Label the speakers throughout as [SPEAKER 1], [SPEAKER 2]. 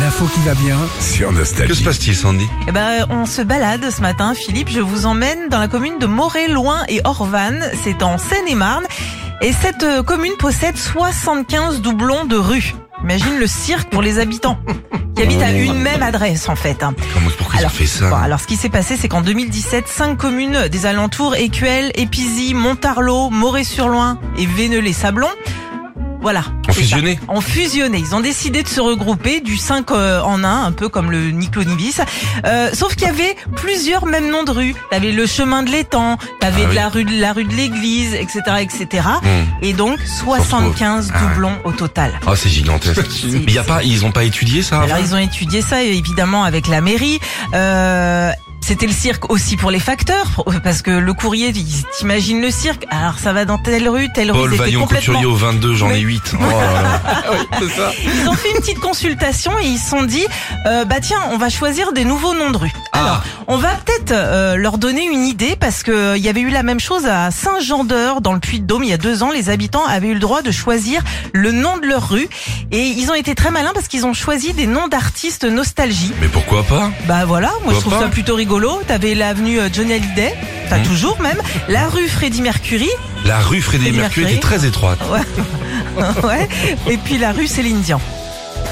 [SPEAKER 1] L'info qui va bien.
[SPEAKER 2] sur Nostalgie.
[SPEAKER 3] Que se passe-t-il, Sandy
[SPEAKER 4] Eh ben, on se balade ce matin, Philippe. Je vous emmène dans la commune de Moret-Loin et Orvanne. C'est en Seine-et-Marne. Et cette euh, commune possède 75 doublons de rue. Imagine le cirque pour les habitants qui habitent à une même adresse, en fait. hein.
[SPEAKER 3] Comment, Pourquoi ils ont fait ça
[SPEAKER 4] bon, alors, bah, ce qui s'est passé, c'est qu'en 2017, cinq communes des alentours, Écuelle, Épizy, Montarlot, Moret-sur-Loing et Vénelay-Sablon, voilà.
[SPEAKER 3] On
[SPEAKER 4] c'est ça
[SPEAKER 3] fusionnait
[SPEAKER 4] ont fusionné. Ils ont décidé de se regrouper du 5 euh, en 1, un peu comme le Niclonivis. Euh, sauf qu'il y avait plusieurs mêmes noms de rues. T'avais le chemin de l'étang,
[SPEAKER 3] Ah
[SPEAKER 4] t'avais de
[SPEAKER 3] oui.
[SPEAKER 4] la rue de la rue de l'église, etc., etc.
[SPEAKER 3] Hmm.
[SPEAKER 4] Et donc 75
[SPEAKER 3] Ah ouais.
[SPEAKER 4] doublons au total.
[SPEAKER 3] Ah, c'est gigantesque. Mais y a pas, ils ont pas étudié ça
[SPEAKER 4] Alors
[SPEAKER 3] avant
[SPEAKER 4] ils ont étudié ça évidemment avec la mairie. Euh, c'était le cirque aussi pour les facteurs, pour- parce que le courrier, il- t'imagines le cirque. Ah, Alors ça va dans telle rue, telle rue,
[SPEAKER 3] Paul
[SPEAKER 4] c'était
[SPEAKER 3] Vaillant
[SPEAKER 4] complètement
[SPEAKER 3] Couturier au 22, j'en ai 8. Oh là là.
[SPEAKER 4] Ils ont fait une petite consultation et ils se sont dit, euh, bah tiens, on va choisir des nouveaux noms de rue. Alors, on va peut-être euh, leur donner une idée parce que euh, il y avait eu la même chose à Saint-Jean-d'Eure dans le Puy-de-Dôme il y a deux ans. Les habitants avaient eu le droit de choisir le nom de leur rue et ils ont été très malins parce qu'ils ont choisi des noms d'artistes nostalgie.
[SPEAKER 3] Mais pourquoi pas
[SPEAKER 4] Bah voilà, moi
[SPEAKER 3] Pourquoi
[SPEAKER 4] je trouve
[SPEAKER 3] pas
[SPEAKER 4] ça plutôt rigolo. T'avais l'avenue euh, Johnny Hallyday, t'as
[SPEAKER 3] Mhm.
[SPEAKER 4] toujours même la rue Freddie Mercury,
[SPEAKER 3] La rue Frédéric
[SPEAKER 4] Frédéric
[SPEAKER 3] Mercury
[SPEAKER 4] Mercury.
[SPEAKER 3] était très étroite.
[SPEAKER 4] ouais, et puis la rue Céline Dion.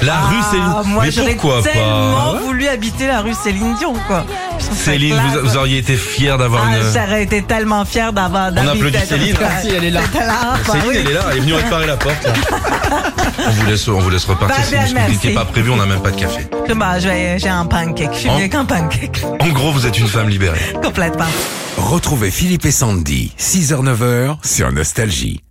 [SPEAKER 3] La rue
[SPEAKER 4] Ah,
[SPEAKER 3] Céline.
[SPEAKER 4] Moi,
[SPEAKER 3] Mais
[SPEAKER 4] j'aurais
[SPEAKER 3] pourquoi
[SPEAKER 4] tellement
[SPEAKER 3] pas Ah
[SPEAKER 4] voulu habiter la rue Céline Dion, quoi. Je trouve ça
[SPEAKER 3] Céline, vous,
[SPEAKER 4] classe.
[SPEAKER 3] vous auriez été fière d'avoir
[SPEAKER 4] Ah,
[SPEAKER 3] une. euh,
[SPEAKER 4] j'aurais été tellement fière d'avoir
[SPEAKER 3] On applaudit
[SPEAKER 4] d'habiter-
[SPEAKER 3] Céline.
[SPEAKER 1] Merci, Ah, elle est là.
[SPEAKER 4] D'être là, enfin,
[SPEAKER 3] Céline,
[SPEAKER 4] oui.
[SPEAKER 3] elle est là, elle est venue réparer la porte. là. on vous laisse, on vous laisse repartir.
[SPEAKER 4] Bah,
[SPEAKER 3] c'est parce
[SPEAKER 4] bien,
[SPEAKER 3] que vous n'étiez
[SPEAKER 4] merci.
[SPEAKER 3] pas prévu, on n'a même pas de café.
[SPEAKER 4] Bah, je vais- j'ai un pancake. Je suis
[SPEAKER 3] En-
[SPEAKER 4] mieux qu'un pancake.
[SPEAKER 3] En gros, vous êtes une femme libérée.
[SPEAKER 4] Complètement.
[SPEAKER 2] Retrouvez Philippe et Sandy, 6h-9h sur Nostalgie.